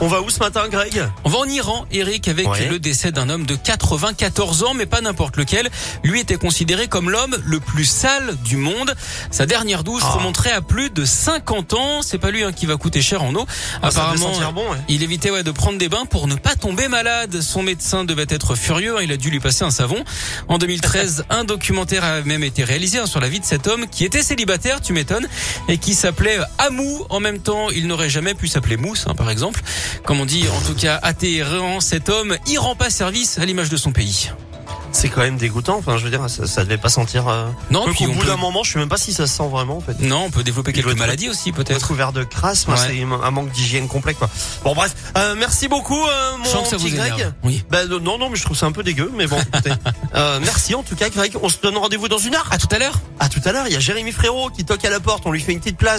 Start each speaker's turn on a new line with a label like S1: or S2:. S1: On va où ce matin, Greg Ah,
S2: On va en Iran, Eric, avec
S1: Ouais.
S2: le décès d'un homme de 94 ans, mais pas n'importe lequel. Lui était considéré comme l'homme le plus sale du monde. Sa dernière douche
S1: Ah.
S2: remonterait à plus de 50 ans. C'est pas lui hein, qui va coûter cher en eau.
S1: Ah, ça devait sentir bon, ouais.
S2: il évitait ouais, de prendre des bains pour ne pas tomber malade. Son médecin devait être furieux. hein, il a dû lui passer un savon. En 2013, un documentaire a même été réalisé hein, sur la vie de cet homme qui était célibataire, tu m'étonnes, et qui s'appelait euh, Amou. En même temps, il n'aurait jamais pu s'appeler Mousse, hein, par exemple. Comme on dit, en tout cas, à Téhéran, cet homme y rend pas service à l'image de son pays.
S1: C'est quand même dégoûtant. Enfin, je veux dire, ça, ça devait pas sentir. euh,
S2: Non,
S1: quoique
S2: puis
S1: au
S2: on
S1: bout
S2: peut-
S1: d'un moment, je sais même pas si ça se sent vraiment. En fait,
S2: Non, on peut développer
S1: doit
S2: quelques
S1: être-
S2: maladies aussi,
S1: être
S2: peut-être.
S1: couvert de crasse, moi,
S2: Ouais.
S1: c'est un manque d'hygiène complet, quoi. Bon, bref, Euh, merci beaucoup, euh, mon
S2: Je sens que ça
S1: petit
S2: vous
S1: Greg.
S2: énerve. Oui.
S1: Bah, non, non, mais je trouve ça un peu dégueu, mais bon. écoutez. Euh, merci en tout cas, Greg. On se donne rendez-vous dans une heure.
S2: À tout à l'heure.
S1: À tout à l'heure. Il y a Jérémy Frérot qui toque à la porte. On lui fait une petite place.